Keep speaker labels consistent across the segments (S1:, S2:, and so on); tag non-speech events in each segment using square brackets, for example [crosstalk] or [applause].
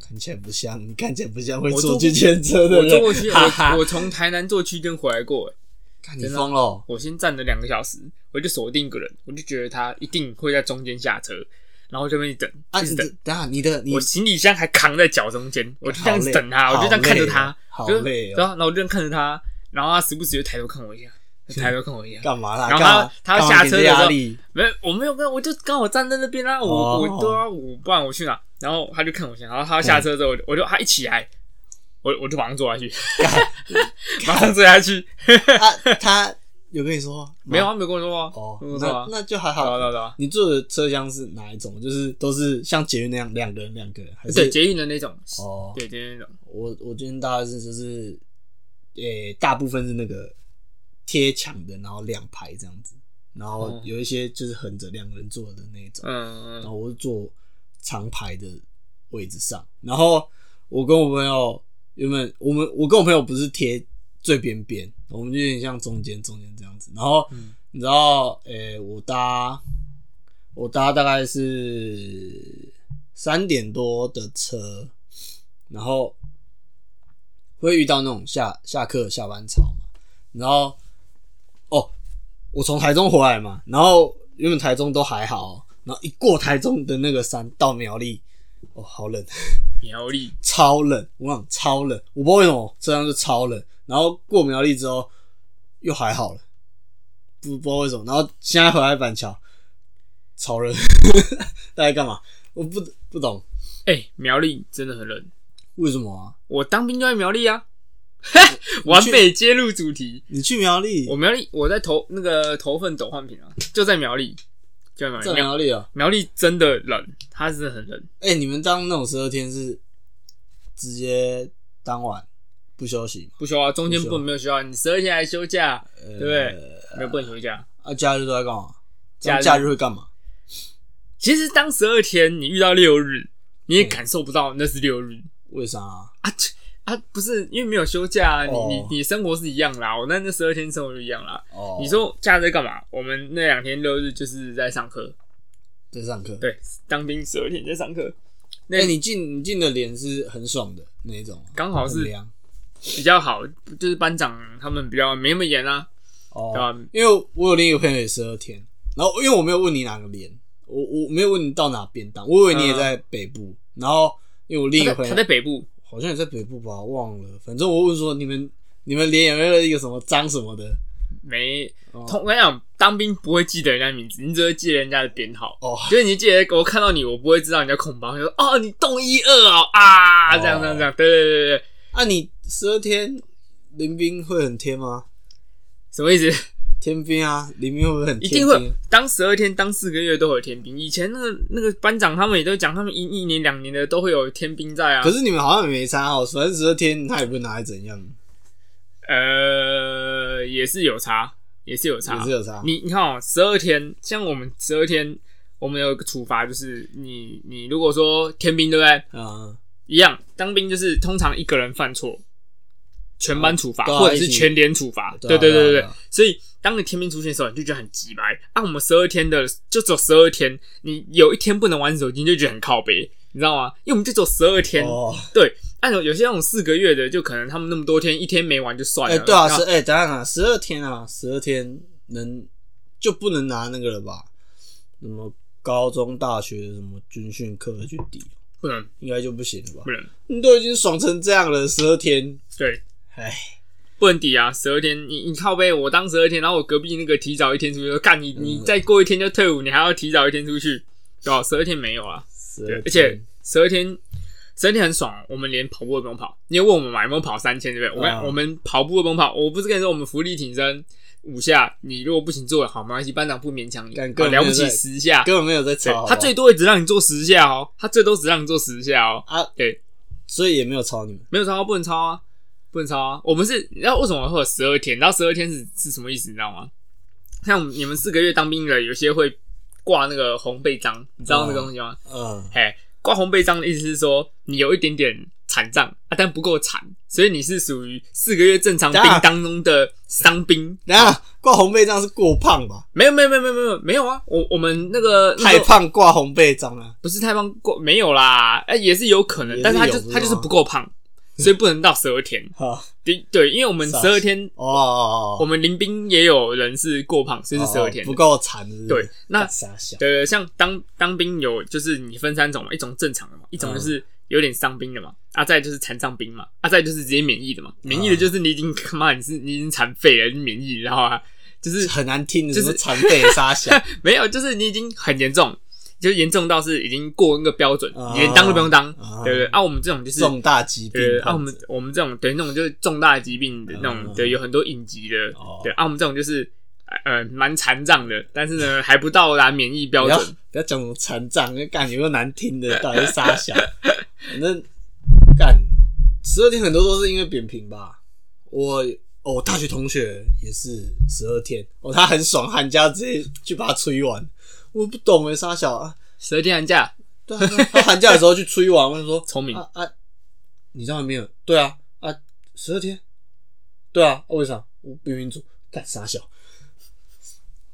S1: 看起来不像，你看起来不像会
S2: 我
S1: 坐
S2: 坐
S1: 计
S2: 过
S1: 程车的
S2: 我坐
S1: 人。
S2: 过去，
S1: 哈哈
S2: 我我从台南坐去跟回来过，哎
S1: 看你
S2: 真的
S1: 疯了，
S2: 我先站了两个小时，我就锁定一个人，我就觉得他一定会在中间下车，然后这边一等，
S1: 啊！
S2: 一
S1: 你
S2: 直
S1: 这
S2: 等。
S1: 等下你的你
S2: 我行李箱还扛在脚中间，我就这样子等他，
S1: 好
S2: 我
S1: 累
S2: 就这样看着他，
S1: 好累
S2: 就啊
S1: 哦好累哦
S2: 然后然后我就这样看着他，然后他时不时就抬头看我
S1: [laughs]
S2: 一下，抬头看我一下。
S1: 干嘛啦？
S2: 然后
S1: 干嘛
S2: 他他
S1: 干嘛
S2: 下
S1: 给
S2: 车
S1: 这
S2: 的时候
S1: 压
S2: [laughs]
S1: 力，
S2: 没有，我没有跟，我就刚好站在那边啦、我、
S1: 哦
S2: 我对啊，我不然我去哪？然后他就看我一下，然后他下车之后，我就我就他一起来，我我就马上坐下去， [laughs] 马上坐下去。
S1: 他啊他有跟你说吗
S2: 没有，他没有跟我说啊，
S1: 哦
S2: 没有，跟我
S1: 那
S2: 说啊，
S1: 那就还
S2: 对
S1: 好
S2: 啊。对啊对啊。
S1: 你坐的车厢是哪一种？就是都是像捷运那样两个人两个人，还是
S2: 对捷运的那种，
S1: 哦？
S2: 对捷运那种，
S1: 我我今天大概是就是，诶、大部分是那个贴墙的，然后两排这样子，然后
S2: 哦
S1: 有一些就是横着两个人坐的那一种，
S2: 嗯，
S1: 然
S2: 嗯
S1: 后我是坐长排的位置上，然后我跟我朋友原本我们我跟我朋友不是贴最边边，我们就有点像中间中间这样子，然后、
S2: 嗯
S1: 你知道，诶、我搭我搭大概是三点多的车，然后会遇到那种下下课下班潮嘛，然后哦，我从台中回来嘛，然后原本台中都还好哦，然后一过台中的那个山到苗栗，哦，好冷，
S2: 苗栗，
S1: 超冷，我想超冷，我不知道为什么车上就超冷，然后过苗栗之后又还好了，不不知道为什么，然后现在回来板桥超热，大概干嘛？我不不懂
S2: 哎，苗栗真的很冷，
S1: 为什么啊？
S2: 我当兵就在苗栗啊，完美揭露主题，
S1: 你去苗栗
S2: 我，苗栗，我在投那个投份斗换品啊，就在苗栗，就在
S1: 在
S2: 苗栗，
S1: 苗栗啊？
S2: 苗栗真的冷，它真的很冷，
S1: 哎、你们当那种十二天是直接当晚不休息吗？
S2: 不休啊，中间
S1: 不休呃
S2: 不没有休啊，你十二天还休假，
S1: 对
S2: 对不对？没有不能休假。
S1: 啊，假日都在干嘛？假
S2: 假日
S1: 假日会干嘛？
S2: 其实当十二天你遇到六日，你
S1: 嗯
S2: 也感受不到那是六日
S1: 为啥、啊？
S2: 啊切啊，不是因为没有休假啊，你
S1: 哦
S2: 你你生活是一样啦，我那那十二天生活就一样啦。
S1: 哦，
S2: 你说假日在干嘛？我们那两天六日就是在上课，
S1: 在上课？
S2: 对，当兵十二天在上课，
S1: 哎、
S2: 那
S1: 你进你进的脸是很爽的那一种啊，
S2: 刚好
S1: 很
S2: 是
S1: 凉
S2: 比较好，就是班长他们比较没那么严啊，
S1: 哦
S2: 对吧？
S1: 因为我有另一个朋友也十二天，然后因为我没有问你哪个连，我我没有问你到哪边当，我以为你也在北部，然后因为我另一个
S2: 他在
S1: 朋
S2: 他
S1: 友
S2: 在北部，
S1: 好像也在北部吧，忘了，反正我问说你们你们连有没有一个什么张什么的，
S2: 没
S1: 哦
S2: 通。我跟你讲，当兵不会记得人家名字，你只会记得人家的编号。
S1: 哦
S2: 就是你记得我看到你，我不会知道你叫空包，你说哦，你动一二哦啊，
S1: 哦
S2: 这样这样这样，对对对对对，
S1: 啊，你十二天临兵会很天吗？
S2: 什么意思？
S1: 天兵啊，临兵会不会很
S2: 一
S1: 天兵啊
S2: 定会当十二天、当四个月都会有天兵。以前那个那个班长他们也都讲，他们一一年、两年的都会有天兵在啊。
S1: 可是你们好像也没差哦，反正十二天他也不会拿来怎样，
S2: 呃，也是有差，也是有差，
S1: 也是有差。
S2: 你你看哦，十二天，像我们十二天，我们有一个处罚，就是你你如果说天兵对不对？
S1: 啊，
S2: 一样，当兵就是通常一个人犯错，全班处罚、
S1: 对啊
S2: 或者是
S1: 一起
S2: 全连处罚。
S1: 对啊
S2: 对对
S1: 对啊
S2: 对
S1: 对
S2: 对
S1: 啊
S2: 所以当你天兵出现的时候，你就觉得很急白。啊，我们十二天的就只有十二天，你有一天不能玩手机，你就觉得很靠北，你知道吗？因为我们就只有十二天。
S1: 哦，
S2: 对，按有有些那种四个月的，就可能他们那么多天，一天没玩就算
S1: 哎、
S2: 了。
S1: 对啊，
S2: 然
S1: 十
S2: 后
S1: 哎、等一下啊，十二天啊，十二天能就不能拿那个了吧？什么高中、大学的什么军训课去抵，哦
S2: 不能
S1: 应该就不行了吧
S2: 不？能，
S1: 你都已经爽成这样了，十二天，
S2: 对，
S1: 哎，
S2: 不能抵啊，十二天，你你靠背，我当十二天，然后我隔壁那个提早一天出去，说干你
S1: 嗯
S2: 你再过一天就退伍，你还要提早一天出去，对吧？十二天没有啊，
S1: 十
S2: 对
S1: 二，
S2: 而且十二天，十二天很爽，啊我们连跑步都不用跑。你有问我们买有没有跑三千，对不对？我们、
S1: 啊
S2: 我们跑步都不用跑，我不是跟你说我们浮力挺身五下，你如果不行做了好，没关系，班长不勉强你，
S1: 干
S2: 啊
S1: 根本没有
S2: 了不起
S1: 在
S2: 十下，
S1: 根本没有在
S2: 对
S1: 吵好啊不好
S2: 他最多也只让你做十下哦，他最多只让你做十下哦，
S1: 啊，
S2: 对。
S1: 所以也没有吵你们。
S2: 没有超不能超啊，不能超啊。我们是，你知道为什么会有十二天？你知道十二天是是什么意思？你知道吗？像我们你们四个月当兵的，有些会挂那个红背章，你知道那个东西吗？
S1: 嗯，
S2: 嘿，挂红背章的意思是说你有一点点残障啊，但不够残，所以你是属于四个月正常兵
S1: 等一下
S2: 当中的伤兵。
S1: 等一下，挂红背章是过胖吧？
S2: 没有没有没有没有没有没有啊！我我们那个那时
S1: 太
S2: 候
S1: 胖挂红背章啊！
S2: 不是太胖过没有啦，哎、也是有可能，
S1: 也是
S2: 但是他
S1: 有
S2: 就是
S1: 吗
S2: 他就是不够胖，所以不能到十二天。
S1: 好哦
S2: 对对，因为我们
S1: 傻
S2: 十二天，
S1: 哦哦，
S2: 我们临兵也有人是过胖，所以是十二
S1: 哦
S2: 天
S1: 不。够惨，是不是
S2: 对，那
S1: 傻小
S2: 对对，像当当兵有就是你分三种嘛，一种正常的嘛，
S1: 嗯
S2: 一种就是有点伤兵的嘛，啊再就是残障兵嘛，啊再就是直接免疫的嘛，
S1: 嗯
S2: 免疫的就是你已经他妈你是你已经残废了，你免疫，然后啊就是
S1: 很难听，
S2: 就
S1: 什
S2: 是
S1: 么残废傻小， [laughs]
S2: 没有，就是你已经很严重，就是严重到是已经过那个标准，
S1: 啊
S2: 你连当都不用当，
S1: 啊
S2: 对不对？啊我们这种就是
S1: 重大疾病
S2: 对，啊，
S1: 胖
S2: 我们
S1: 子
S2: 我们这种对那种就是重大疾病的那种，
S1: 嗯
S2: 对，有很多隐疾的
S1: 哦，
S2: 对啊，我们这种就是呃蛮残障的，但是呢还不到达免疫标
S1: 不要
S2: 准，
S1: 不要讲什么残障，那干有个难听 [laughs] 的，到底是傻小。反正干十二天很多都是因为扁平吧。我哦，我大学同学也是十二天，哦，他很爽，寒假直接去把它吹完。我不懂哎，傻小啊，
S2: 十二天寒假
S1: 对啊，他寒假的时候去吹完，我就说
S2: 聪明
S1: 啊啊，你知道没有？对啊啊，十二天，对啊，啊为啥？我不民主干傻小，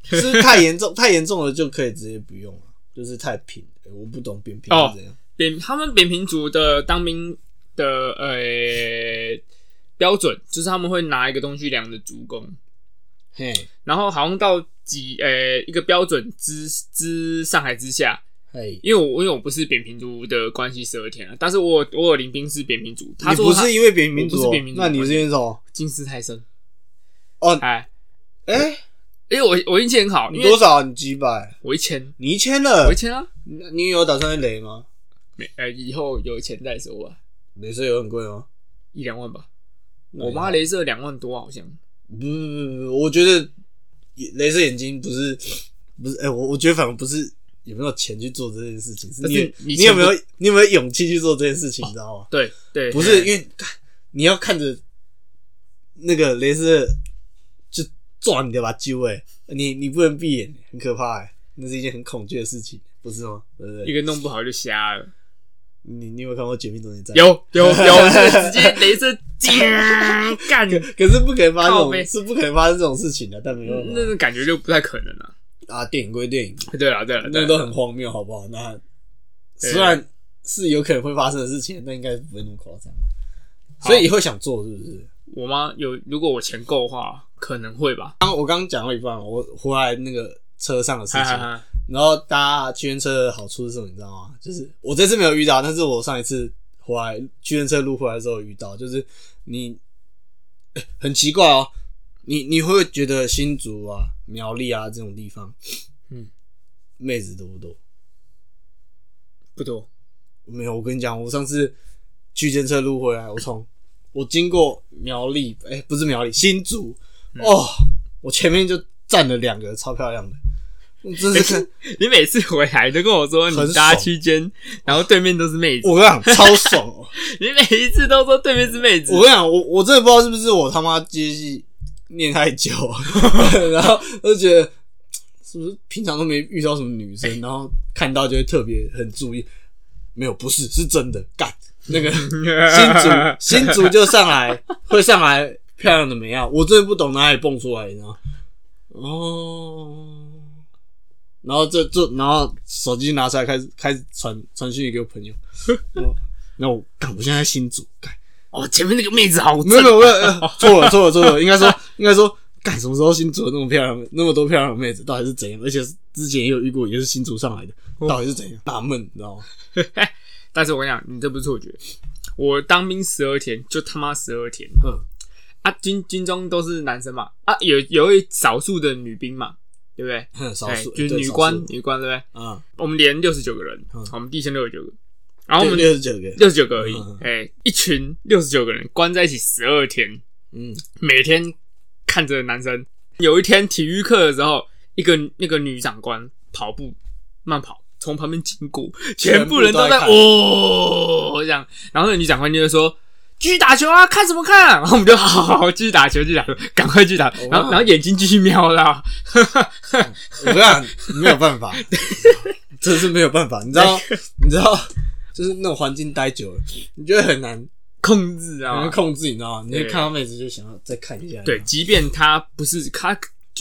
S1: 是不是太严重， [laughs] 太严重了就可以直接不用了，就是太平。欸我不懂扁平
S2: 哦
S1: 是怎样，
S2: 扁他们扁平足的当兵的呃标准，就是他们会拿一个东西量的足弓，
S1: 嘿，
S2: 然后好像到几呃一个标准之之上还之下，
S1: 嘿，
S2: 因为我因为我不是扁平足的关系十二天啊了，但是我有我有林兵是扁平足，他
S1: 你
S2: 说
S1: 不
S2: 他
S1: 是因为扁平
S2: 我
S1: 足
S2: 不是
S1: 哦
S2: 扁平足
S1: 那你是因为什么？
S2: 近视太深
S1: 哦
S2: 哎，
S1: 哎，
S2: 因为我我运气很好，
S1: 你
S2: 因为
S1: 多少？你几百？
S2: 我一千，
S1: 你一千了
S2: 我一？千啊，
S1: 你你有打算去雷吗？
S2: 没呃以后有钱再说吧，
S1: 镭射有很贵吗？
S2: 一两万吧。
S1: 那
S2: 我
S1: 也
S2: 妈镭射两万多好像，
S1: 不不不不，我觉得镭射眼睛不是不是，哎、我我觉得反而不是有没有钱去做这件事情，是
S2: 但
S1: 你
S2: 是
S1: 你
S2: 你
S1: 有
S2: 钱
S1: 没有你有没有勇气去做这件事情，你知道吗？
S2: 对对，哎
S1: 不是因
S2: 为
S1: 为干你要看着那个镭射就抓你的把揪哎，你你不能闭眼，很可怕哎、那是一件很恐惧的事情，不是吗？对不
S2: 一
S1: 对？
S2: 个弄不好就瞎了。
S1: 你你有没有看过《绝命终结站》？
S2: [laughs] 有有有，就是直接镭 [laughs] 射叮 [laughs] 干，
S1: 可是不可能发生这
S2: 靠
S1: 种
S2: 背
S1: 是不可能发生这种事情的，但没办法
S2: 那种感觉就不太可能了。
S1: 啊，电影归电影，
S2: 对了对了，
S1: 那
S2: 对
S1: 个
S2: 啦
S1: 都很荒谬，好不好？那
S2: 对
S1: 虽然是有可能会发生的事情，但应该不会那么夸张。啊所以以后想做是不是？
S2: 我妈有，如果我钱够的话，可能会 [laughs] 吧。
S1: 刚我刚刚讲到一半，我回来那个车上的事
S2: 哈
S1: 情
S2: 哈，哈，
S1: 然后搭区间车的好处是什么？你知道吗？就是我这次没有遇到，但是我上一次回来区间车路回来的时候有遇到，就是你、欸很奇怪哦，你你会觉得新竹啊、苗栗啊这种地方，
S2: 嗯，
S1: 妹子多不多？
S2: 不多。
S1: 没有，我跟你讲，我上次去监测路回来，我从 [laughs] 我经过苗栗，哎、不是苗栗，新竹，哦，我前面就站了两个超漂亮的，真是看
S2: 你每次回来都跟我说
S1: 很
S2: 你
S1: 爽
S2: 搭区间，然后对面都是妹子，
S1: 我跟你讲超爽哦、
S2: 你每一次都说对面是妹子 [laughs]
S1: 我。跟你讲，我我真的不知道是不是我他妈接戏念太久，然后就觉得是不是平常都没遇到什么女生，然后看到就会特别很注意，没有，不是，是真的干那个。新竹新竹就上来，会上来漂亮的没啊？我真的不懂哪里蹦出来的，你知道吗？哦，然后这这，然后手机拿出来开始开始传传讯息给我朋友，我那我干，我现在在新竹，干
S2: 哦，前面那个妹子好
S1: 没有没
S2: 正，啊
S1: 有没有呃错了错了错了，应该说 [laughs] 应该说。干什么时候新竹有那么漂亮，那么多漂亮的妹子，到底是怎样？而且是之前也有遇过，也是新竹上来的，
S2: 哦
S1: 到底是怎样？纳闷，你知道吗？
S2: 但是我跟你讲，你这不是错觉。我当兵十二天，就他妈十二天
S1: 嗯，
S2: 啊！军军中都是男生嘛，啊，有有一少数的女兵嘛，对不对？
S1: 哼少
S2: 哎
S1: 数
S2: 就是
S1: 对
S2: 女
S1: 少
S2: 官
S1: 数，
S2: 女官对不对？
S1: 嗯，
S2: 我们连六十九个人
S1: 嗯，
S2: 我们地线六十九个，然后我
S1: 对
S2: 们
S1: 六十九个，
S2: 六十九个而已
S1: 嗯嗯，
S2: 哎，一群六十九个人关在一起十二天，
S1: 嗯，
S2: 每天看着男生。有一天体育课的时候，一个那个女长官跑步慢跑从旁边经过，全部人都在
S1: 全部
S2: 哦这样，然后那女长官就会说。继续打球啊！看什么看？然后我们就好好好好继续打球，继续打球，赶快继续打。然
S1: 哦
S2: 后，然后眼睛继续瞄啦。
S1: 我跟你讲，没有办法， [laughs] 真是没有办法。你知道，你知道，就是那种环境待久了，你就会很难
S2: [laughs] 控制
S1: 很
S2: 啊
S1: 难！控制，你知道吗？你就
S2: 对
S1: 看到妹子就想要再看一下。
S2: 对，即便他不是他，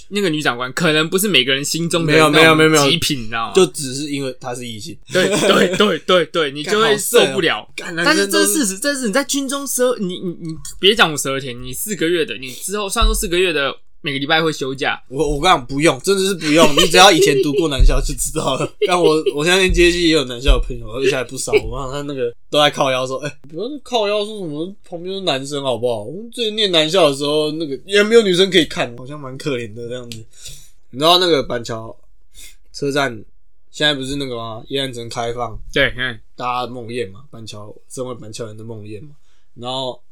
S2: 那个女长官可能不是每个人心中的
S1: 没有
S2: 那种
S1: 没有没有没有
S2: 极品，你知道吗？
S1: 就只是因为他是异性，
S2: 对对对对对，你
S1: 干
S2: 就会
S1: 好色
S2: 受
S1: 哦
S2: 不了。
S1: 干
S2: 但是
S1: 男生都
S2: 这是事实，这是你在军中十二，你你你别讲我十二天，你四个月的，你之后虽然说四个月的每个礼拜会休假，
S1: 我我跟你讲不用，真的是不用，你只要以前读过南校就知道了。但我我相信街机也有南校的朋友，而且还不少。我看他那个都在靠腰说，哎、不要靠腰说什么旁边都是男生好不好？我们之前念南校的时候，那个也没有女生可以看，好像蛮可怜的这样子。你知道那个板桥车站现在不是那个吗？夜暗城开放，
S2: 对，嗯，
S1: 大家梦魇嘛，板桥身为板桥人的梦魇嘛。然后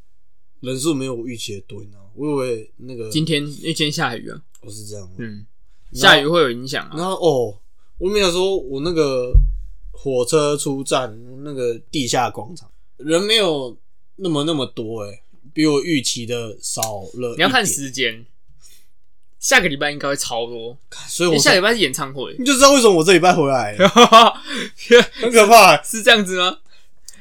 S1: 人数没有我预期的多，你知道吗？我以为那个
S2: 今天那天下雨啊，
S1: 我是这样吗，
S2: 嗯，
S1: 然后
S2: 下雨会有影响啊，
S1: 然后哦，我没有说我那个火车出站那个地下广场人没有那么那么多诶、比我预期的少了。
S2: 你要看，时间，下个礼拜应该会超多，
S1: 所以
S2: 因
S1: 我
S2: 为下
S1: 才
S2: 礼拜是演
S1: [laughs]
S2: 唱会， [laughs]
S1: 你就知道为什么我这礼拜回来、很可怕、
S2: 是这样子吗？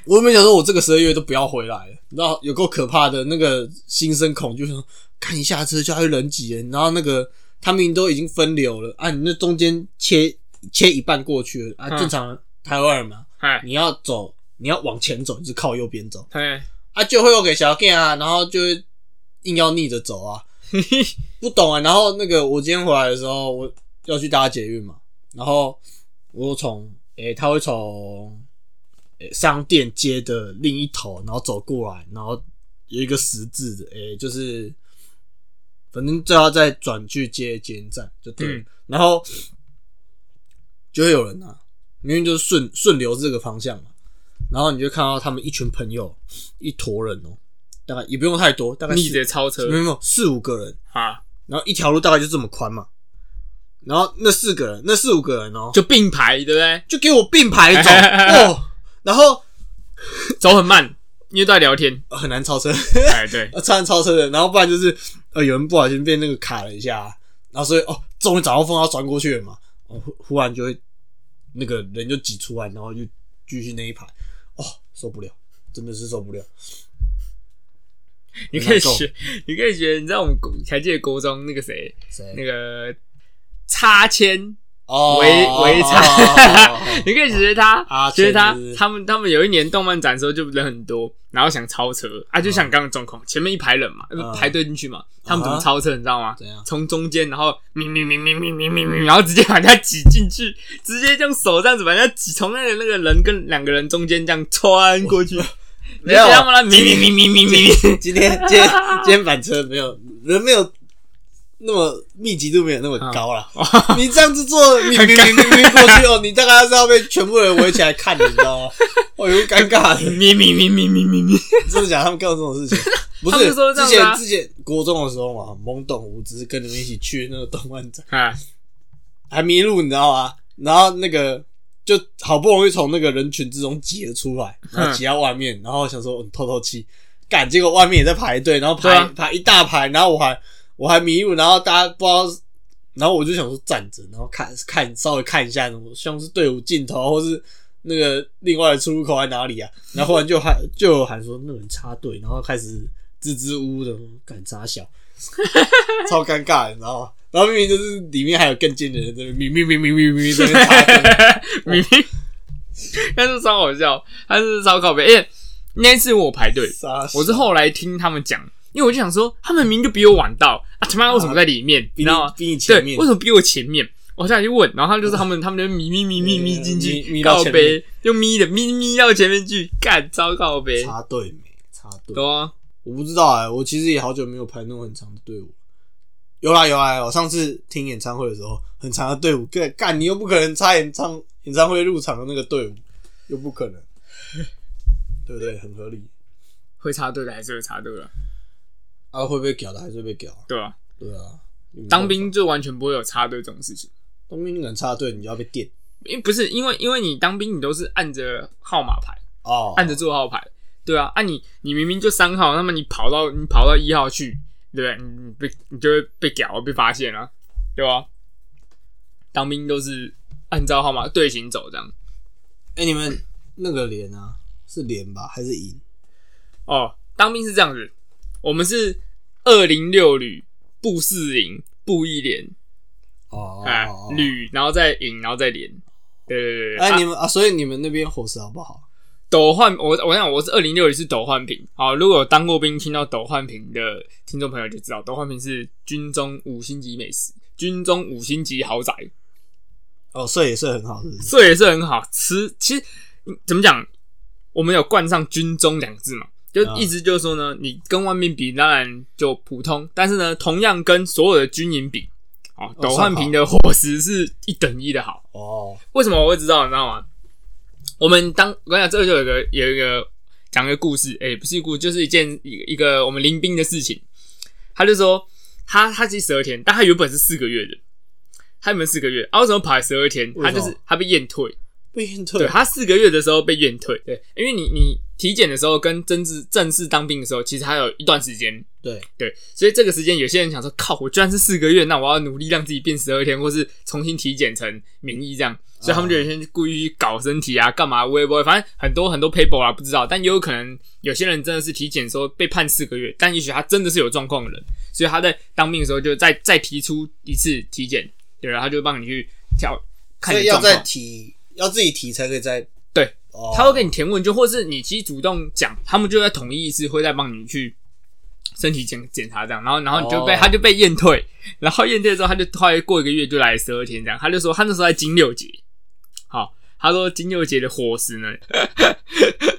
S1: 我原本想说，我这个十二月都不要回来了，你知道有够可怕的那个心生恐惧，说看一下车就要人挤人，然后那个他们都已经分流了啊，你那中间切切一半过去了啊，
S2: 嗯
S1: 正常台湾人嘛，
S2: 哎，
S1: 你要走，你要往前走，你是靠右边走
S2: 哎，
S1: 啊，就会有给小 gay 啊，然后就会硬要逆着走啊，不懂啊。然后那个我今天回来的时候，我要去搭捷运嘛，然后我从诶、他会从、诶商店街的另一头，然后走过来，然后有一个十字的，诶、就是反正就要再转去接捷运站就对了，
S2: 嗯
S1: 然后就会有人啊，明明就是顺顺流这个方向嘛，然后你就看到他们一群朋友一坨人哦、大概也不用太多，大概
S2: 逆
S1: 四
S2: 着超车
S1: 没有没有四五个人，
S2: 啊，
S1: 然后一条路大概就这么宽嘛，然后那四个人那四五个人哦、
S2: 就并排，对
S1: [laughs]
S2: 不对？
S1: 就给我并排走哦，然后
S2: 走很慢，因为都在聊天，
S1: 呃很难超车， [laughs]
S2: 哎，对，
S1: 呃，差点超车的，然后不然就是呃有人不小心被那个卡了一下，然后所以哦终于找到缝要钻过去了嘛，哦忽忽然就会那个人就挤出来，然后就继续那一排，哦受不了，真的是受不了，
S2: 你可
S1: 很
S2: 以
S1: 难受
S2: 学，你可以学，你知道我们国还记得国中那个谁，
S1: 谁
S2: 那个插签，
S1: 哦
S2: 围围场
S1: 哦哦哦哦
S2: [laughs] 你可以学他，
S1: 啊
S2: 学他
S1: 确实，
S2: 他们他们有一年动漫展的时候就人很多，然后想超车啊，就像刚刚的状况，前面一排人嘛，
S1: 嗯
S2: 排队进去嘛，他们怎么超车你知道吗
S1: 怎样？
S2: 从中间，然后咪咪咪咪咪咪咪咪，然后直接把人家挤进去，直接用手这样子把人家挤从那个那个人跟两个人中间这样穿过去，
S1: 没有啊
S2: 你知道吗？咪咪咪咪咪咪，
S1: [laughs] 今天今天今天板车没有人没有那么密集度没有那么高啦。
S2: 哦
S1: [laughs] 你这样子做，你明明明明过去哦，你大概是要被全部人围起来看的，你知道
S2: [laughs]
S1: 吗？哦，有尴尬的，
S2: 咪咪咪咪咪咪咪，
S1: 真的假的？他们干过这种事情？不
S2: [laughs] 他
S1: 是
S2: 们说这
S1: 之
S2: 样子啊
S1: 前之前国中的时候嘛，懵懂无知，跟你们一起去那个动漫展，
S2: 啊，
S1: 还迷路，你知道吗？然后那个就好不容易从那个人群之中挤了出来，然后挤到外面，然后想说、嗯、透透气，干，结果外面也在排队，然后
S2: 对
S1: 排、
S2: 啊
S1: 排一大排，然后我还我还迷路，然后大家不知道，然后我就想说站着，然后看看稍微看一下，像是队伍尽头啊或是。那个另外的出入口在哪里啊？然后忽然就喊，就有喊说那个人插队，然后开始支支吾吾的，敢插小，超尴尬的，你知道吗？然后明明就是里面还有更贱的人在那边咪咪咪咪咪咪在那边插队，
S2: 明明，但是超好笑，他是超靠背。哎、那一次我排队，
S1: 傻小
S2: 我是后来听他们讲，因为我就想说，他们明明就比我晚到啊，他妈为什么在里面？
S1: 比
S2: 你
S1: 你
S2: 知道吗？
S1: 比你前
S2: 对，
S1: 面哦
S2: 为，什么比我前面？我下去问，然后他们就是他们，他们就咪咪咪咪咪进去，
S1: 咪咪嗯到
S2: 靠
S1: 前
S2: 背，就咪的咪咪到前面去，干超靠背，
S1: 插队没插队，
S2: 懂吗？
S1: 我不知道哎、我其实也好久没有排那种很长的队伍。有啦有啦，我上次听演唱会的时候，很长的队伍，干干你又不可能插演唱演唱会入场的那个队伍，又不可能，对不对？很合理。
S2: 会插队的还是会插队了，
S1: 啊，会被屌的还是会被屌啊、
S2: 对吧？
S1: 对啊，
S2: 当兵就完全不会有插队这种事情，
S1: 当兵你敢插队，你就要被电
S2: 因为不是因为因为你当兵你都是按着号码排。
S1: 哦。
S2: 按着座号牌，对啊，啊你你明明就三号，那么你跑到你跑到一号去，对不对？你你被你就会被屌被发现啊，对吧、当兵都是按照号码队形走这样。
S1: 哎、你们那个连啊，是连吧还是营？
S2: 哦，当兵是这样子，我们是二零六旅步四营。布一连
S1: 哦，
S2: 啊
S1: 哦哦，
S2: 铝，然后再银，然后再连。对对对对，
S1: 哎，
S2: 啊
S1: 你们啊，所以你们那边伙食好不好？
S2: 斗焕，我我想我是二零六也是斗焕平。好，如果有当过兵听到斗焕平的听众朋友就知道，斗焕平是军中五星级美食，军中五星级豪宅，
S1: 哦，睡也睡很好，是不是？
S2: 这也是很好吃。其实嗯怎么讲，我们有冠上“军中”两个字嘛，就
S1: 啊
S2: 意思就是说呢，你跟外面比当然就普通，但是呢，同样跟所有的军营比，哦，斗焕平的伙食是一等一的好。
S1: 哦，
S2: 为什么我会知道？你知道吗？我们当我跟你讲，这个就有一个有一个讲一个故事，哎、不是故事，就是一件一个一个我们临兵的事情。他就说他他其实十二天，但他原本是四个月的，他原本四个月，啊，为什么跑来十二天？
S1: 为
S2: 他
S1: 什么
S2: 就是他被验退，
S1: 被验
S2: 对
S1: 退，
S2: 他四个月的时候被验退，对，因为你你体检的时候跟正式正式当兵的时候，其实还有一段时间，
S1: 对，
S2: 对，所以这个时间有些人想说，靠，我居然是四个月，那我要努力让自己变十二天，或是重新体检成免疫这样，所以他们就有些人故意去搞身体啊，干嘛我也不会，反正很多很多 paper 啊，不知道，但也有可能有些人真的是体检的时候被判四个月，但也许他真的是有状况的人，所以他在当兵的时候就再再提出一次体检，对，然后他就帮你去调看
S1: 所
S2: 你
S1: 以
S2: 的
S1: 要
S2: 状况
S1: 再提，要自己提才可以再
S2: 对，
S1: 哦
S2: 他会给你填问卷，或是你其实主动讲，他们就在统一一次，会再帮你去身体检检查这样，然后然后你就被、
S1: 哦
S2: 他就被验退，然后验退之后，他就后来过一个月就来十二天这样，他就说他那时候在金六节，好，他说金六节的伙食呢， [laughs]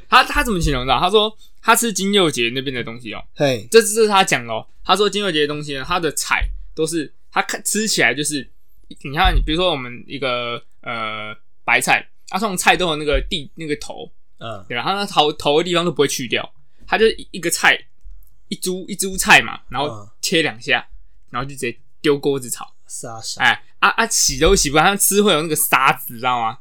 S2: 他他怎么形容的啊？他说他吃金六节那边的东西哦，
S1: 嘿，
S2: 这这是他讲的哦，他说金六节的东西呢，它的菜都是他看吃起来就是，你看，比如说我们一个呃白菜，它通常菜都有那个地那个头，
S1: 嗯，
S2: 对吧？它那头头的地方都不会去掉，它就是一一个菜，一株一株菜嘛，然后
S1: 嗯
S2: 切两下，然后就直接丢锅子炒。
S1: 杀小，
S2: 哎，啊啊，洗都洗不干，它吃会有那个沙子，知道吗？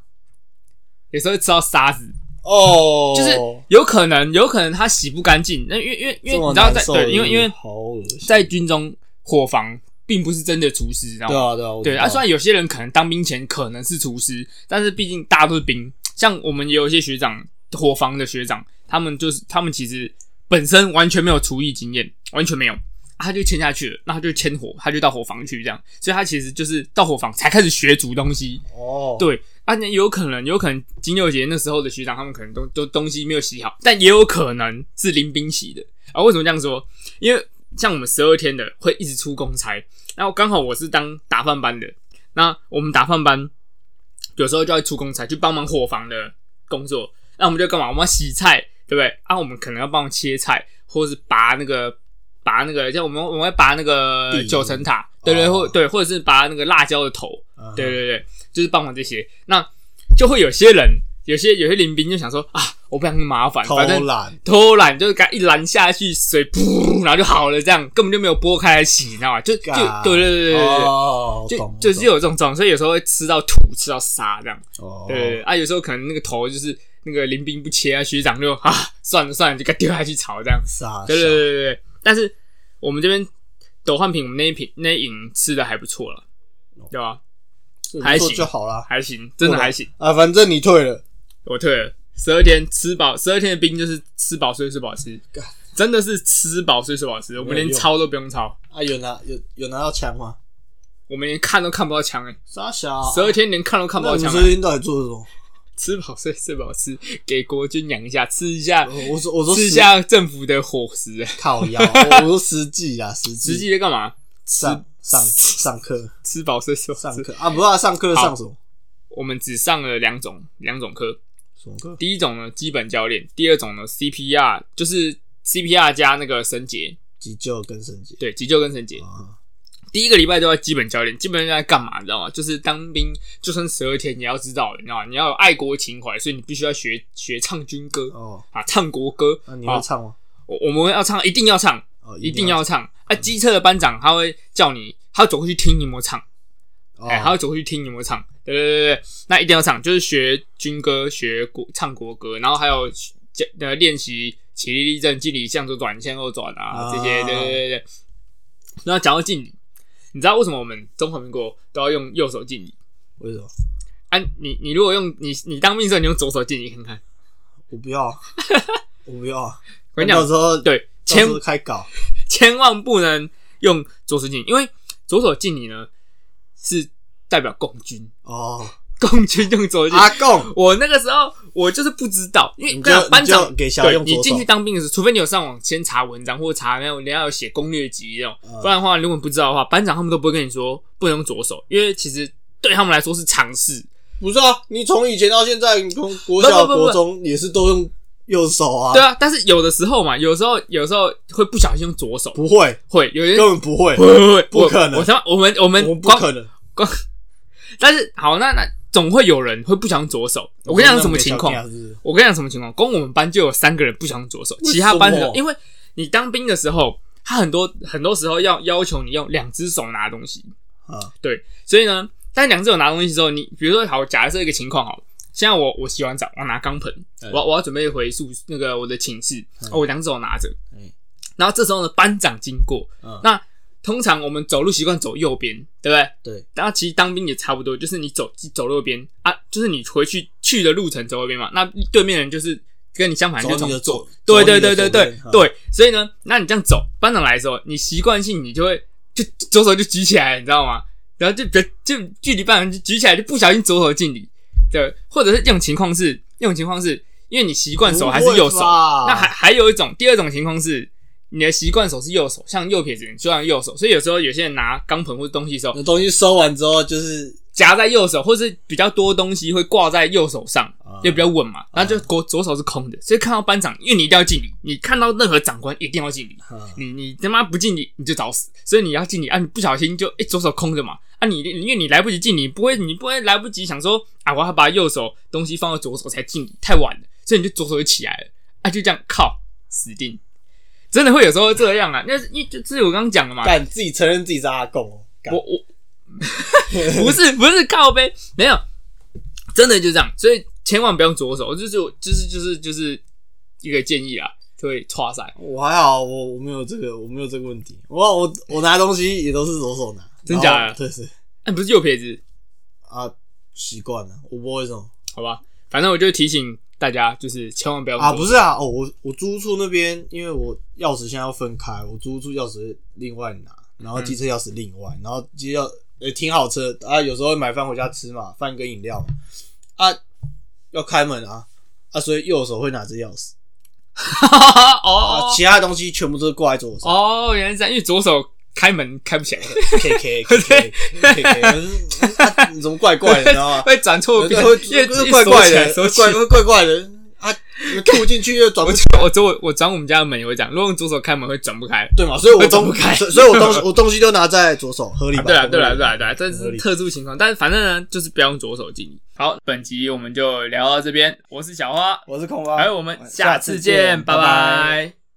S2: 有时候会吃到沙子，
S1: 哦，
S2: 就是有可能，有可能它洗不干净。那因为因为因
S1: 这
S2: 为你
S1: 么
S2: 知道
S1: 难
S2: 在
S1: 受
S2: 对，因为因为
S1: 好恶心，
S2: 在军中伙房并不是真的厨师，知道
S1: 对
S2: 吗？
S1: 啊对啊，我
S2: 对
S1: 知道
S2: 啊，虽然有些人可能当兵前可能是厨师，但是毕竟大家都是兵，像我们也有一些学长，伙房的学长，他们就是他们其实本身完全没有厨艺经验，完全没有，啊、他就签下去了，那他就签火，他就到伙房去这样，所以他其实就是到伙房才开始学煮东西。
S1: 哦，
S2: 对，啊，那有可能，有可能金六杰那时候的学长，他们可能都都东西没有洗好，但也有可能是林兵洗的。啊，为什么这样说？因为像我们十二天的会一直出公差，然后刚好我是当打饭班的，那我们打饭班有时候就要出公差去帮忙伙房的工作，那我们就干嘛？我们要洗菜，对不对？啊，我们可能要帮忙切菜，或是拔那个。拔那个，像我们我们会拔那个
S1: 地
S2: 九层塔，对对，或
S1: 哦
S2: 对，或者是拔那个辣椒的头，
S1: 嗯
S2: 对对对，就是帮忙这些。那就会有些人，有些有些林兵就想说啊，我不想那么麻烦，
S1: 偷
S2: 反正
S1: 懒，
S2: 偷懒就是给它一拦下去，水噗，然后就好了，这样根本就没有拨开来洗，你知道吗？就就
S1: 嘎
S2: 对对对对对对。
S1: 哦，
S2: 就
S1: 懂
S2: 就是有这种状况，所以有时候会吃到土，吃到沙这样。
S1: 懂
S2: 对对对
S1: 哦，
S2: 啊，有时候可能那个头就是那个林兵不切啊，学长就啊算了算了，就给它丢下去炒这样。
S1: 杀
S2: 对对
S1: 小，
S2: 对对对。但是我们这边斗焕品，我们那一品那一营吃的还不错了，
S1: 哦
S2: 对吧、
S1: 这
S2: 还
S1: 做
S2: 行
S1: 就好啦。
S2: 还行，真的还行。
S1: 啊，反正你退了，
S2: 我退了，十二天吃饱，十二天的兵就是吃饱睡睡饱吃
S1: 干，
S2: 真的是吃饱睡睡饱吃。我们
S1: 没有
S2: 连
S1: 用
S2: 抄都不用抄，
S1: 啊，有拿有有拿到枪吗？
S2: 我们连看都看不到枪哎、
S1: 杀小，
S2: 十二天连看都看不
S1: 那
S2: 到
S1: 你
S2: 枪、啊
S1: 们最近到底做了什么？
S2: 吃饱睡睡饱吃，给国军养一下，吃一下
S1: 呃我说我说嗯
S2: 吃一
S1: 实
S2: 下政府的伙食、欸。
S1: 烤鸭，我我说实际啊，实际
S2: [laughs] 实际在干嘛？
S1: 上上上课
S2: 吃饱睡睡饱
S1: 上
S2: 吃。
S1: 课啊，不知道上课上什么
S2: 我们只上了两种两种课，
S1: 什么课？
S2: 第一种呢基本教练，第二种呢 CPR，就是 CPR 加那个绳结，
S1: 急救跟升级
S2: 对，急救跟绳结。
S1: 啊，
S2: 第一个礼拜都要基本教练，基本教练在干嘛？你知道吗？就是当兵，就算十二天，你要知道，你知道吗？你要有爱国情怀，所以你必须要学学唱军歌、
S1: 哦，
S2: 啊，唱国歌啊
S1: 那你会唱吗？
S2: 我我们要唱，一定要唱，
S1: 哦，
S2: 一定要唱。啊，机车的班长他会叫你，他会走过去听你有没有唱，
S1: 哦
S2: 哎、他会走过去听你有没有唱。对对对对对，那一定要唱，就是学军歌，学国唱国歌，然后还有教呃练习起立立正、敬礼、向左转、向右转啊
S1: 啊
S2: 这些。对对对对。然后讲到敬礼，你知道为什么我们中华民国都要用右手敬礼？
S1: 为什么？
S2: 啊，你你如果用你你当兵的时候你用左手敬礼看看，
S1: 我不
S2: [laughs]
S1: 要，我不要。
S2: 我跟你
S1: 到
S2: 讲，
S1: 时候
S2: 对，
S1: 到时
S2: 千
S1: 候开搞
S2: 千万不能用左手敬礼，因为左手敬礼呢是代表共军，
S1: 哦，
S2: 共军用左手敬礼。
S1: 阿贡，
S2: [laughs] 我那个时候我就是不知道，因为
S1: 你
S2: 跟
S1: 就
S2: 你讲班
S1: 你
S2: 长
S1: 就给小
S2: 对
S1: 用左手
S2: 你进去当兵的时候，除非你有上网先查文章或查那种人家有写攻略集那种，
S1: 嗯
S2: 不然的话，如果你不知道的话，班长他们都不会跟你说不能用左手，因为其实对他们来说是常识。
S1: 不是啊，你从以前到现在，你从国小、
S2: 不不不不
S1: 国中也是都用右手啊，
S2: 对啊，但是有的时候嘛，有时候有时候会不小心用左手，
S1: 不会，
S2: 会有人
S1: 根本不会，
S2: 会会会，
S1: 不可能
S2: 我我他妈我们我们
S1: 我们不
S2: 光
S1: 可能。
S2: 但是好，那那总会有人会不想左手。我跟你讲什么情况？
S1: 那种给小弟啊是
S2: 我跟你讲什么情况？光我们班就有三个人不想左手，
S1: 为什么
S2: 其他班的因为你当兵的时候，他很多很多时候要要求你用两只手拿东西，
S1: 啊，
S2: 对，所以呢，但两只手拿东西之后，你比如说好，假设一个情况好了，现在我我洗完澡，我拿钢盆，
S1: 嗯
S2: 我要我要准备回宿那个我的寝室，
S1: 哎
S2: 哦，我两只手拿着
S1: 嗯，
S2: 然后这时候呢，班长经过
S1: 嗯，
S2: 那通常我们走路习惯走右边，对不对？
S1: 对，
S2: 然后其实当兵也差不多，就是你走走右边啊，就是你回去去的路程走右边嘛，那对面人就是跟你相反，就
S1: 走
S2: 从
S1: 你的左，
S2: 对
S1: 走
S2: 对
S1: 你的
S2: 对对
S1: 左
S2: 对
S1: 边啊
S2: 对，所以呢，那你这样走，班长来的时候，你习惯性你就会就左手就举起来，你知道吗？然后就别就距离班长就举起来，就不小心左手敬礼，对，或者是这种情况是，这种情况是因为你习惯手还是右
S1: 不
S2: 手，
S1: 会吧
S2: 那还还有一种第二种情况是。你的习惯手是右手，像右撇子，你就像右手，所以有时候有些人拿钢盆或者东西的时候，
S1: 那东西收完之后就是
S2: 夹在右手，或是比较多东西会挂在右手上
S1: 啊，
S2: 也比较稳嘛。然后就左左手是空的，所以看到班长，因为你一定要敬礼，你看到任何长官一定要敬礼。
S1: 啊
S2: 你你他妈不敬礼你就找死，所以你要敬礼啊！你不小心就诶、左手空着嘛啊你！因为你来不及敬礼，不会你不会来不及想说啊我要把右手东西放到左手才敬礼，太晚了，所以你就左手就起来了啊！就这样靠死定，真的会有时候会这样啊！那是因为就是我刚刚讲的嘛，
S1: 干自己承认自己是阿贡哦，干
S2: 我我 [laughs] 不是不是靠背，没有，真的就这样，所以千万不用左手，就是就是就是就是一个建议啊，就会错塞，
S1: 我还好，我我没有这个，我没有这个问题。我我我拿东西也都是左手拿，
S2: 真假的
S1: 然后对是
S2: 哎、不是右撇子，
S1: 啊，习惯了，我不知道为什么
S2: 好吧，反正我就提醒大家，就是千万不要
S1: 啊，不
S2: 是
S1: 是啊，哦，我我租处那边，因为我钥匙现在要分开，我租处钥匙另外拿，然后机车钥匙另外，然后机车钥呃停好车啊，有时候会买饭回家吃嘛，饭跟饮料嘛，啊，要开门啊啊，所以右手会拿着钥匙 [laughs] 啊，
S2: 哦
S1: 其他东西全部都是挂在左手。
S2: 哦，原来是这样，因为左手开门开不起来，
S1: K K K K K，啊你怎么怪怪的，你知道吗？
S2: [laughs] 会转错边，
S1: 会
S2: 因为
S1: 就是
S2: 一
S1: 怪
S2: 锁
S1: 怪
S2: 起来
S1: 的，
S2: 锁
S1: 怪
S2: 起来
S1: 怪怪怪的啊！吐进去又转不起，
S2: 我走我我转我们家的门也会这样，如果用左手开门 [laughs] 会转不开。
S1: 对嘛？所以我
S2: 转
S1: 东
S2: 不开
S1: 所以所以我东西我东西都拿在左手，合理吧？
S2: 对啊，对啊，
S1: 合理
S2: 对
S1: 吧
S2: 啊，对啊，这
S1: 合
S2: 是
S1: 理
S2: 特殊情况，但是反正呢，就是不要用左手敬礼。好，本集我们就聊到这边，我是小花，
S1: 我是空包，
S2: 还有我们下次见，拜
S1: 拜
S2: 拜。